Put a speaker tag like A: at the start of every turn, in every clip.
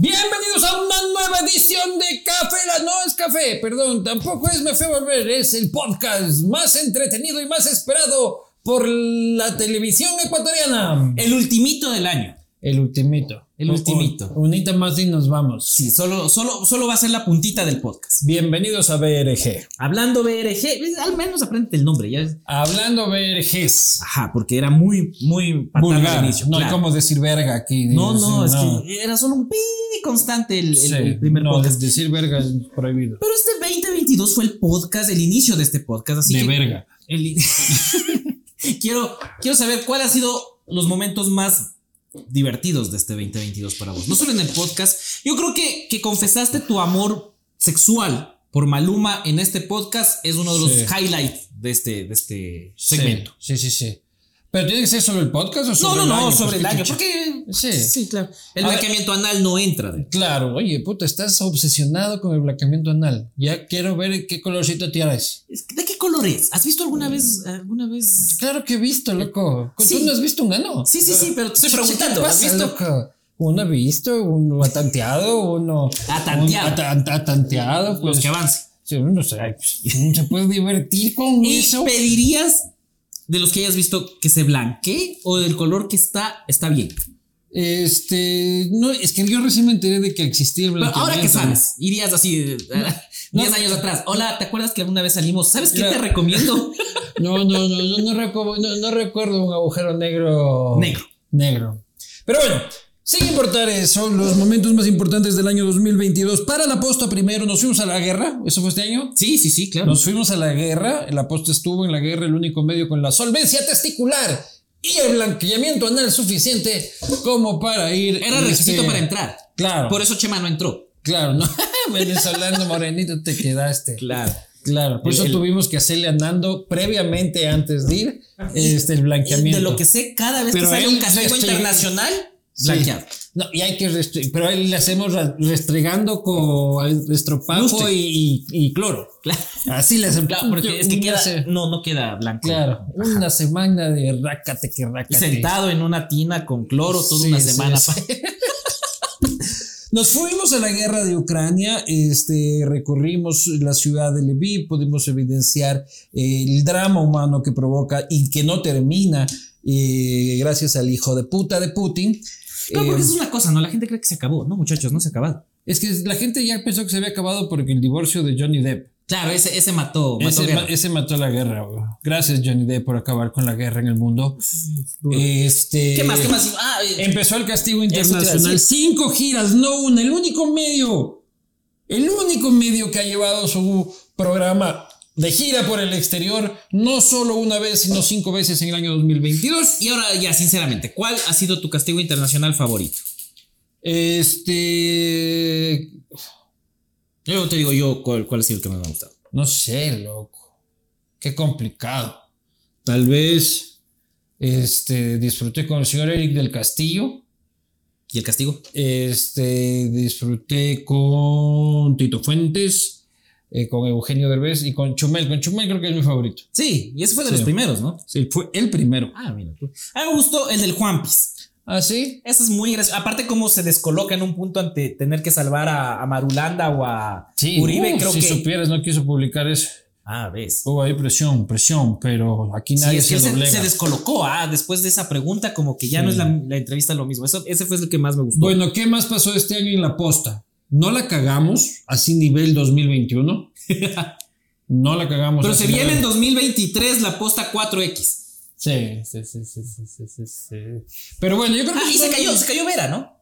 A: Bienvenidos a una nueva edición de Café La No es Café, perdón, tampoco es Me Fue Volver, es el podcast más entretenido y más esperado por la televisión ecuatoriana.
B: El ultimito del año.
A: El ultimito.
B: El ultimito.
A: Un, unita más y nos vamos.
B: Sí, solo, solo, solo va a ser la puntita del podcast.
A: Bienvenidos a BRG.
B: Hablando BRG, pues, al menos aprende el nombre, ya ves.
A: Hablando BRGs.
B: Ajá, porque era muy, muy patán al
A: Vulgar.
B: inicio,
A: no hay
B: claro.
A: como decir verga aquí.
B: no,
A: digo,
B: no,
A: sí,
B: es que era solo un pi constante el, el-
A: Sí,
B: el primer
A: no,
B: podcast.
A: decir verga es prohibido.
B: Pero este 2022 fue el podcast, el inicio de este podcast, así
A: de
B: que
A: verga.
B: el in- quiero, quiero saber cuál ha sido los momentos más divertidos de este 2022 para vos. No solo en el podcast, yo creo que que confesaste tu amor sexual por Maluma en este podcast es uno de los
A: Sí.
B: highlights de este, de este segmento.
A: Sí, sí, sí. sí. Pero tiene que ser sobre el podcast o
B: No,
A: sobre
B: no,
A: el
B: no,
A: año,
B: sobre
A: pues,
B: el
A: qué
B: año,
A: chucha.
B: porque
A: Sí.
B: sí, claro. el
A: A ver.
B: blanqueamiento anal no entra. de-
A: Claro, oye, puta, estás obsesionado con el blanqueamiento anal. Ya quiero ver qué colorcito tienes.
B: Es que, ¿De qué color es? ¿Has visto alguna vez alguna vez
A: Claro que he visto, loco. ¿Tú
B: Sí.
A: no has visto un ano?
B: Sí, sí, sí, pero te estoy
A: Chucha,
B: preguntando,
A: ¿qué
B: ¿has
A: pasa,
B: visto?
A: loco? Uno ha visto, uno ha tanteado, uno.
B: Ha tanteado.
A: un- ha ta- ha tanteado,
B: Los
A: pues.
B: que avance.
A: sí, No sé, ay, pues, uno se puede divertir con
B: ¿Y
A: eso.
B: pedirías de los que hayas visto que se blanquee o del color que está, está bien?
A: Este. No, es que yo recién me enteré de que existía el
B: Pero
A: blanqueamiento.
B: ahora que sabes, irías así eh, 10 años atrás. Hola, ¿te acuerdas que alguna vez salimos? ¿Sabes qué
A: Ya.
B: te recomiendo?
A: No, no, no, no, no, recu- no, no recuerdo un agujero negro.
B: Negro.
A: Negro. Pero bueno, sin importar eso, los momentos más importantes del año 2022. Para la posta primero, nos fuimos a la guerra, eso fue este año.
B: Sí, sí, sí, claro.
A: Nos fuimos a la guerra, la posta estuvo en la guerra, el único medio con la solvencia testicular y el blanqueamiento anal suficiente como para ir.
B: Era requisito
A: este,
B: para entrar.
A: Claro,
B: Por eso Chema no entró.
A: claro, no. Venezolano morenito, te quedaste.
B: Claro.
A: Claro, por
B: El-
A: eso
B: el-
A: tuvimos que hacerle a Nando previamente antes de ir este, el blanqueamiento.
B: De lo que sé, cada vez
A: Pero
B: que sale
A: él
B: un castigo
A: restringe-
B: internacional,
A: Sí.
B: blanqueado.
A: No, y hay que restri- pero ahí le hacemos ra- restregando con estropajo
B: Lustre.
A: y, y- y cloro.
B: Claro,
A: Así le hacemos.
B: claro, porque es que
A: Una
B: queda,
A: se-
B: no, no queda blanco.
A: claro, una semana de rácate que
B: Y
A: rácate.
B: sentado en una tina con cloro toda
A: Sí,
B: una
A: sí,
B: semana.
A: sí. Nos fuimos a la guerra de Ucrania, este, recorrimos la ciudad de Lviv, pudimos evidenciar eh, el drama humano que provoca y que no termina eh, gracias al hijo de puta de Putin.
B: Claro,
A: Eh,
B: porque es una cosa, ¿no? La gente cree que se acabó. No, muchachos, no se ha acabado.
A: es que la gente ya pensó que se había acabado porque el divorcio de Johnny Depp.
B: Claro, ese, ese mató, mató
A: Ese,
B: guerra.
A: ma- eh, ese mató la guerra. güey. Gracias Johnny Depp por acabar con la guerra en el mundo. Este,
B: ¿Qué más? ¿Qué más? Ah, eh,
A: Empezó el castigo
B: te iba a
A: internacional.
B: decir.
A: Cinco giras, no una. El único medio, el único medio que ha llevado su programa de gira por el exterior, no solo una vez, sino cinco veces en el año 2022.
B: y ahora ya, sinceramente, ¿cuál ha sido tu castigo internacional favorito?
A: Este.
B: Yo te digo yo cuál, cuál ha sido el que más me ha gustado.
A: No sé, loco. Qué complicado. Tal vez. Este. Disfruté con el señor Eric del Castillo.
B: ¿Y el castigo?
A: Este, disfruté con Tito Fuentes, eh, con Eugenio Derbez y con Chumel. Con Chumel creo que es mi favorito.
B: Sí, y ese fue de
A: Sí.
B: los primeros, ¿no?
A: Sí, fue el primero.
B: Ah, mira tú. A mí me gustó el del Juanpis.
A: ¿Ah, sí?
B: Ese es muy gracioso. Aparte, cómo se descoloca en un punto ante tener que salvar a, a Marulanda o a Uribe,
A: Uh,
B: creo
A: si
B: que.
A: supieras, no quiso publicar eso.
B: Ah, ves.
A: Hubo ahí presión, presión, pero aquí
B: Sí,
A: nadie
B: es que él
A: se
B: se,
A: doblega.
B: se descolocó, ah, después de esa pregunta, como que ya no es la, la entrevista lo mismo. Eso, ese fue el que más me gustó.
A: bueno, ¿qué más pasó este año en la posta? No la cagamos, así nivel 2021. no la cagamos.
B: Pero
A: así
B: se viene en
A: nivel-
B: 2023 la posta 4X.
A: Sí, sí, sí, sí, sí, sí, sí, sí. Pero bueno, yo creo que...
B: Ah, y se
A: solo-
B: cayó, se cayó Vera, ¿no?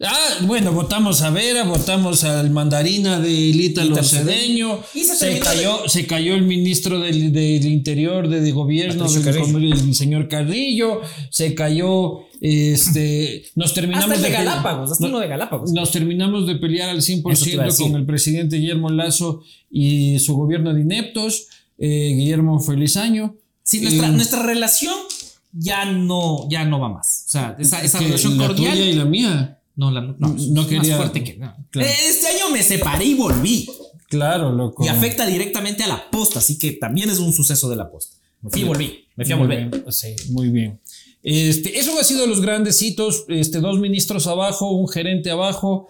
A: Ah, bueno, votamos a Vera, votamos al mandarina de Ítalo
B: Ítalo
A: Cedeño.
B: Y se
A: Se
B: terminó de-
A: cayó, se cayó el ministro del, del Interior, de, de Gobierno,
B: Patricio
A: del,
B: Carrillo.
A: com- el señor Carrillo. Se cayó, este, nos terminamos
B: Hasta el de
A: pelear-
B: Galápagos, hasta
A: no-
B: uno de Galápagos.
A: nos terminamos de pelear al
B: Eso te iba
A: 100%
B: a decir.
A: con el presidente Guillermo Lazo y su gobierno de ineptos. Eh, Guillermo, feliz año.
B: Sí, nuestra,
A: Eh,
B: nuestra relación ya no, ya no va más. O sea, esa, esa
A: que
B: relación
A: la
B: cordial.
A: tuya y la mía.
B: No, la, no,
A: No
B: es
A: quería-
B: Más fuerte que no.
A: Claro.
B: Eh, Este año me separé y volví.
A: Claro, loco.
B: Y afecta directamente a la posta, así que también es un suceso de la posta. Me fui y volví. Me fui a volver.
A: Muy bien, Sí, muy bien. Este, eso ha sido los grandes hitos, este, dos ministros abajo, un gerente abajo,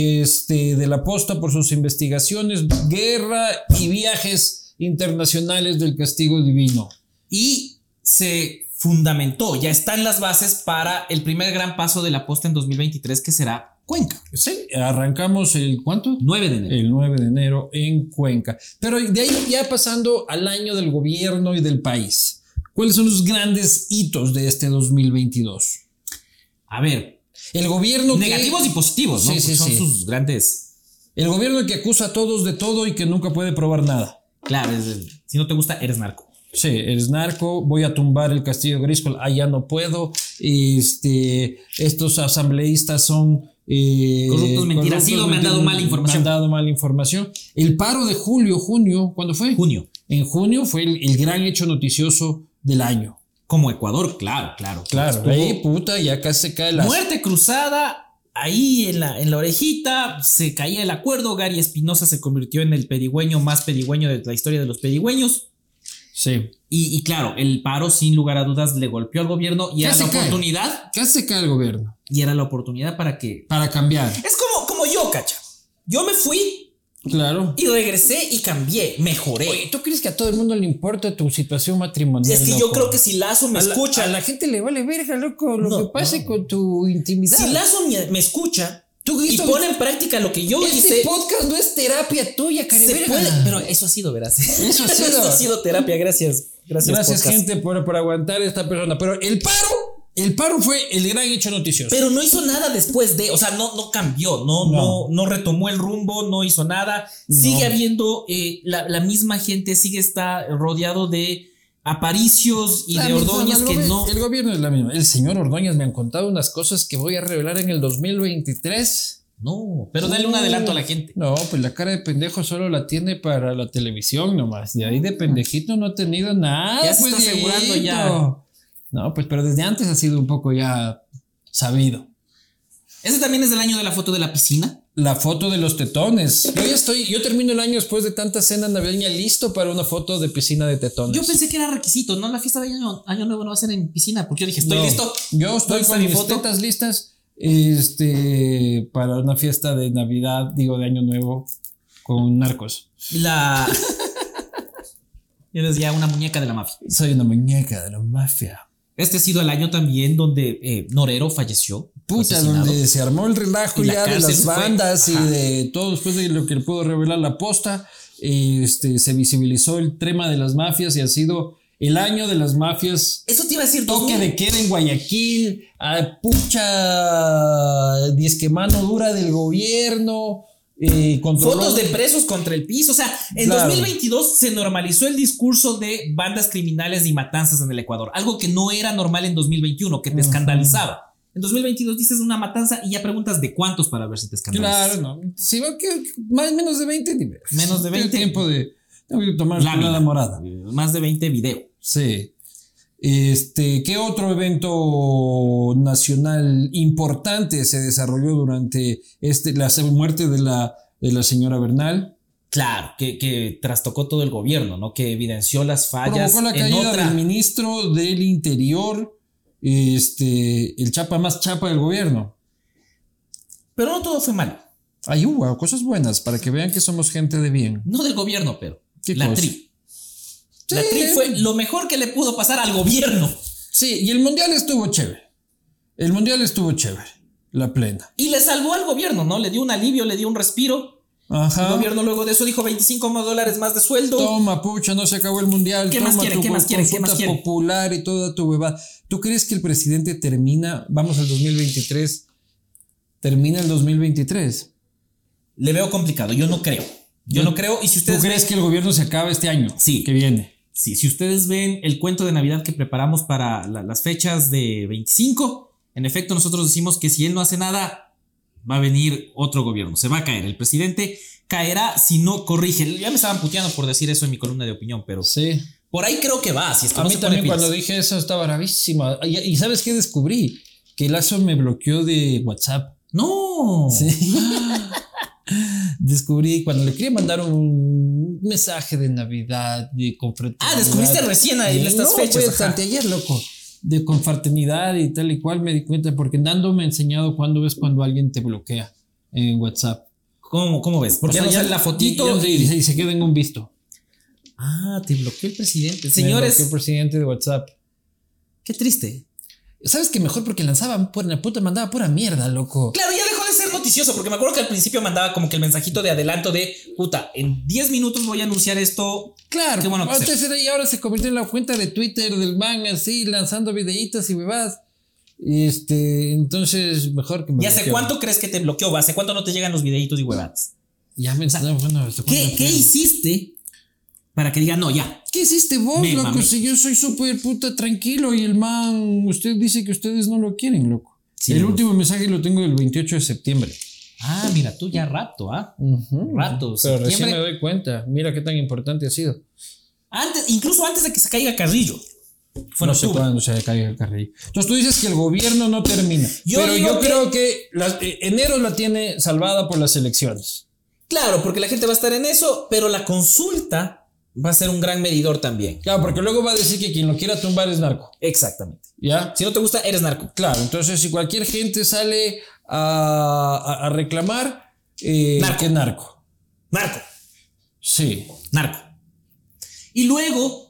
A: este, de la posta por sus investigaciones, guerra y viajes internacionales del castigo divino.
B: Y se fundamentó, ya están las bases para el primer gran paso de la posta en 2023, que será Cuenca.
A: Sí, arrancamos el cuánto?
B: 9 de enero.
A: El 9 de enero en Cuenca. Pero de ahí ya pasando al año del gobierno y del país. ¿Cuáles son los grandes hitos de este 2022?
B: A ver,
A: El gobierno que-
B: negativos y positivos, ¿no?
A: Sí, sí,
B: Son
A: sí.
B: sus grandes.
A: el gobierno que acusa a todos de todo y que nunca puede probar nada.
B: Claro, es el- si no te gusta, eres narco.
A: Sí, eres narco, voy a tumbar el castillo Griswold, allá no puedo. Este, estos asambleístas son eh,
B: Corruptos, mentiras, sí, me han dado
A: menti-
B: mala información.
A: Me han dado mala información. El paro de julio, junio, ¿cuándo fue?
B: Junio.
A: En junio fue el, el gran hecho noticioso del año.
B: Como Ecuador, claro, claro.
A: Claro,
B: Estuvo
A: ahí puta, ya casi se cae la.
B: Muerte cruzada, ahí en la, en la orejita, se caía el acuerdo, Gary Espinosa se convirtió en el pedigüeño más pedigüeño de la historia de los pedigüeños.
A: Sí.
B: Y, y claro, el paro sin lugar a dudas le golpeó al gobierno y
A: Ya
B: era la
A: se cae.
B: oportunidad,
A: Casi se cae el gobierno.
B: y era la oportunidad para que...
A: Para cambiar.
B: Es como, como yo, cacha. Yo me fui
A: Claro.
B: y regresé y cambié, mejoré.
A: Oye, ¿tú crees que a todo el mundo le importa tu situación matrimonial?
B: es que yo
A: loco?
B: creo que si Lazo me
A: A la-
B: escucha,
A: a la gente le vale verga, loco, lo
B: No,
A: que pase con tu intimidad.
B: si Lazo me, me escucha
A: Tú
B: y
A: esto-
B: pone en práctica lo que yo
A: este
B: hice,
A: podcast no es terapia tuya,
B: se
A: careverga.
B: puede. Pero eso ha sido, verás.
A: Eso ha sido.
B: terapia, gracias. Gracias,
A: Gracias,
B: podcast.
A: gente, por, por aguantar esta persona. Pero el paro, el paro fue el gran hecho noticioso.
B: Pero no hizo nada después de, o sea, no, no cambió, no,
A: No.
B: no, no, retomó el rumbo, no hizo nada. Sigue habiendo eh, la, la misma gente, sigue está rodeado de aparicios y
A: La
B: de
A: misma,
B: Ordóñez
A: el
B: que
A: gobi-
B: no.
A: El gobierno es la misma. El señor Ordóñez me han contado unas cosas que voy a revelar en el 2023.
B: No, pero dale un adelanto a la gente.
A: No, pues la cara de pendejo solo la tiene para la televisión nomás. De ahí de pendejito no ha tenido nada.
B: Ah. Ya se
A: pues,
B: está asegurando
A: Dieguito.
B: ya.
A: No, pues pero desde antes ha sido un poco ya sabido.
B: Ese también es del año de la foto de la piscina.
A: La foto de los tetones. Yo ya estoy, yo termino el año después de tanta cena navideña listo para una foto de piscina de tetones.
B: Yo pensé que era requisito, ¿no? La fiesta de año, año nuevo no va a ser en piscina, porque yo dije, estoy
A: No,
B: listo.
A: Yo estoy
B: ¿Dónde está
A: con
B: mi
A: mis
B: foto?
A: tetas listas este, para una fiesta de Navidad, digo, de Año Nuevo, con narcos.
B: La. Eres ya una muñeca de la mafia.
A: Soy una muñeca de la mafia.
B: Este ha sido el año también donde eh, Norero falleció.
A: Puta,
B: asesinado.
A: donde se armó el relajo
B: Y la
A: ya de
B: cárcel
A: las
B: fue-
A: bandas
B: ajá.
A: y de todo después de lo que le pudo revelar la posta, este, se visibilizó el tema de las mafias y ha sido el año de las mafias.
B: Eso te iba a decir,
A: Toque
B: 2000.
A: de queda en Guayaquil, a pucha, disque mano dura del gobierno, eh, controló-
B: Fotos de presos contra el piso. O sea, en
A: Claro.
B: 2022 se normalizó el discurso de bandas criminales y matanzas en el Ecuador. Algo que no era normal en 2021, que te
A: Ujú.
B: escandalizaba. En 2022 dices una matanza y ya preguntas de cuántos para ver si te escandalizas.
A: Claro, no. Si va que más menos de 20 niveles.
B: Menos de 20.
A: tiempo de tengo que tomar la
B: Lámina.
A: morada.
B: Más de 20 video.
A: Sí. Este, ¿qué otro evento nacional importante se desarrolló durante este la muerte de la de la señora Bernal?
B: Claro, que, que trastocó todo el gobierno, ¿no? Que evidenció las fallas.
A: Provocó la
B: Ah, en
A: caída
B: otra.
A: del ministro del Interior, este, el chapa más chapa del gobierno.
B: Pero no todo fue malo.
A: Ahí hubo cosas buenas para que vean que somos gente de bien.
B: No del gobierno, pero.
A: ¿Qué
B: la
A: cosa?
B: tri. La
A: pues. Sí.
B: tri fue lo mejor que le pudo pasar al gobierno.
A: Sí, y el mundial estuvo chévere. El mundial estuvo chévere. La plena.
B: Y le salvó al gobierno, ¿no? Le dio un alivio, le dio un respiro. El
A: Ajá.
B: gobierno luego de eso dijo 25 más dólares más de sueldo.
A: Toma, pucha, no se acabó el mundial.
B: ¿Qué
A: Toma
B: más quiere?
A: tu
B: ¿Qué más quiere? ¿Qué
A: consulta
B: más quiere?
A: popular y toda tu huevada. ¿Tú crees que el presidente termina, vamos al 2023, termina el 2023?
B: Le veo complicado, yo no creo. Yo no creo. Y si
A: ¿Tú
B: ustedes,
A: crees que el gobierno se acaba este año?
B: Sí.
A: Que viene.
B: sí, si ustedes ven el cuento de Navidad que preparamos para la- las fechas de 25, en efecto nosotros decimos que si él no hace nada, va a venir otro gobierno. Se va a caer. El presidente caerá si no corrige. Ya me estaban puteando por decir eso en mi columna de opinión, pero
A: Sí.
B: por ahí creo que va. Si es que
A: A
B: no
A: mí
B: se pone
A: también
B: pilas.
A: cuando dije eso estaba bravísima. Y, y ¿sabes qué descubrí? Que Lazo me bloqueó de WhatsApp.
B: No.
A: Sí. Descubrí cuando le quería mandar un mensaje de Navidad de confraternidad.
B: Ah, descubriste recién ahí en estas
A: no, pues,
B: fechas.
A: fue
B: ajá.
A: anteayer, loco. de confraternidad y tal y cual me di cuenta, porque Nando me ha enseñado cuándo ves cuando alguien te bloquea en WhatsApp.
B: ¿Cómo, cómo ves? Porque
A: O sea,
B: no
A: ya
B: sale la fotito.
A: y, y- y se queda en un visto.
B: Ah, te bloqueó el presidente.
A: Me bloqueó
B: Señores,
A: el presidente de WhatsApp.
B: qué triste.
A: ¿Sabes qué? Mejor porque lanzaban por la puta, mandaba pura mierda, loco.
B: Claro, ya dejó de ser noticioso, porque me acuerdo que al principio mandaba como que el mensajito de adelanto de, puta, en 10 minutos voy a anunciar esto.
A: Claro,
B: Qué bueno que
A: antes era y ahora se convirtió en la cuenta de Twitter del man así, lanzando videitas y bebadas. Y este, entonces mejor que me
B: ¿Y hace
A: bloqueen.
B: cuánto crees que te bloqueó? ¿Hace cuánto no te llegan los videitos y huevadas?
A: Ya me no, bueno, ¿hace
B: ¿Qué,
A: cuánto
B: qué
A: fue?
B: hiciste para que diga, no, ya?
A: ¿Qué hiciste vos,
B: Me
A: loco?
B: mamé.
A: Si yo soy súper puta tranquilo y el man, usted dice que ustedes no lo quieren, loco.
B: Sí,
A: el
B: loco.
A: último mensaje lo tengo del 28 de septiembre.
B: Ah, mira, tú ya rato, ¿ah?
A: Ujú.
B: Rato,
A: Pero recién
B: septiembre.
A: me doy cuenta. Mira qué tan importante ha sido.
B: Antes, incluso antes de que se caiga Carrillo. Fue en
A: no sé
B: octubre.
A: cuándo se caiga el carril. Entonces tú dices que el gobierno no termina.
B: Yo
A: pero
B: digo
A: yo
B: que-
A: creo que las- eh, enero la tiene salvada por las elecciones.
B: Claro, porque la gente va a estar en eso, pero la consulta va a ser un gran medidor también.
A: Claro, porque luego va a decir que quien lo quiera tumbar es narco.
B: Exactamente.
A: ¿Ya?
B: Si no te gusta, eres narco.
A: Claro, entonces si cualquier gente sale a, a- a reclamar, eh,
B: Narco.
A: que narco.
B: Narco.
A: Sí.
B: Narco. Y luego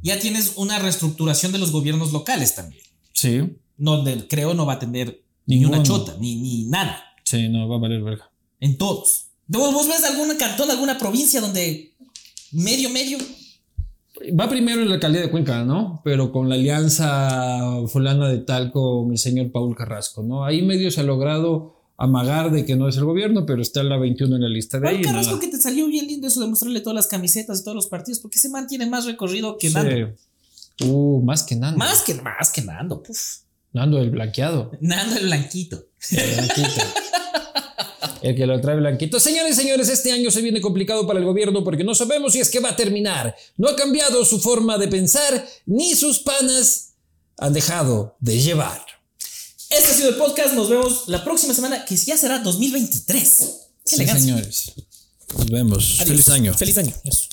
B: ya tienes una reestructuración de los gobiernos locales también,
A: Sí.
B: donde creo no va a tener ni una
A: Ninguno.
B: chota, ni, ni nada,
A: Sí, no, va a valer verga.
B: en todos. ¿Vos, vos ves algún cantón, alguna provincia donde medio, medio?
A: Va primero en la alcaldía de Cuenca, ¿no? Pero con la alianza fulana de tal con el señor Paul Carrasco, ¿no? Ahí medio se ha logrado amagar de que no es el gobierno, pero está en la 21 en la lista de ahí.
B: Juan
A: ¿no?
B: Carrasco que te salió bien lindo eso de mostrarle todas las camisetas de todos los partidos, porque ese man tiene más recorrido que
A: Sí.
B: Nando.
A: Uh, más que Nando.
B: Más que, más que Nando, puf.
A: Nando el blanqueado.
B: Nando el blanquito.
A: El blanquito. El que lo trae blanquito. Señores, señores, este año se viene complicado para el gobierno porque no sabemos si es que va a terminar. No ha cambiado su forma de pensar, ni sus panas han dejado de llevar.
B: Este ha sido el podcast, nos vemos la próxima semana, que ya será 2023. Qué
A: Sí,
B: elegancia.
A: señores. Nos vemos.
B: Adiós.
A: Feliz año.
B: Feliz año. Adiós.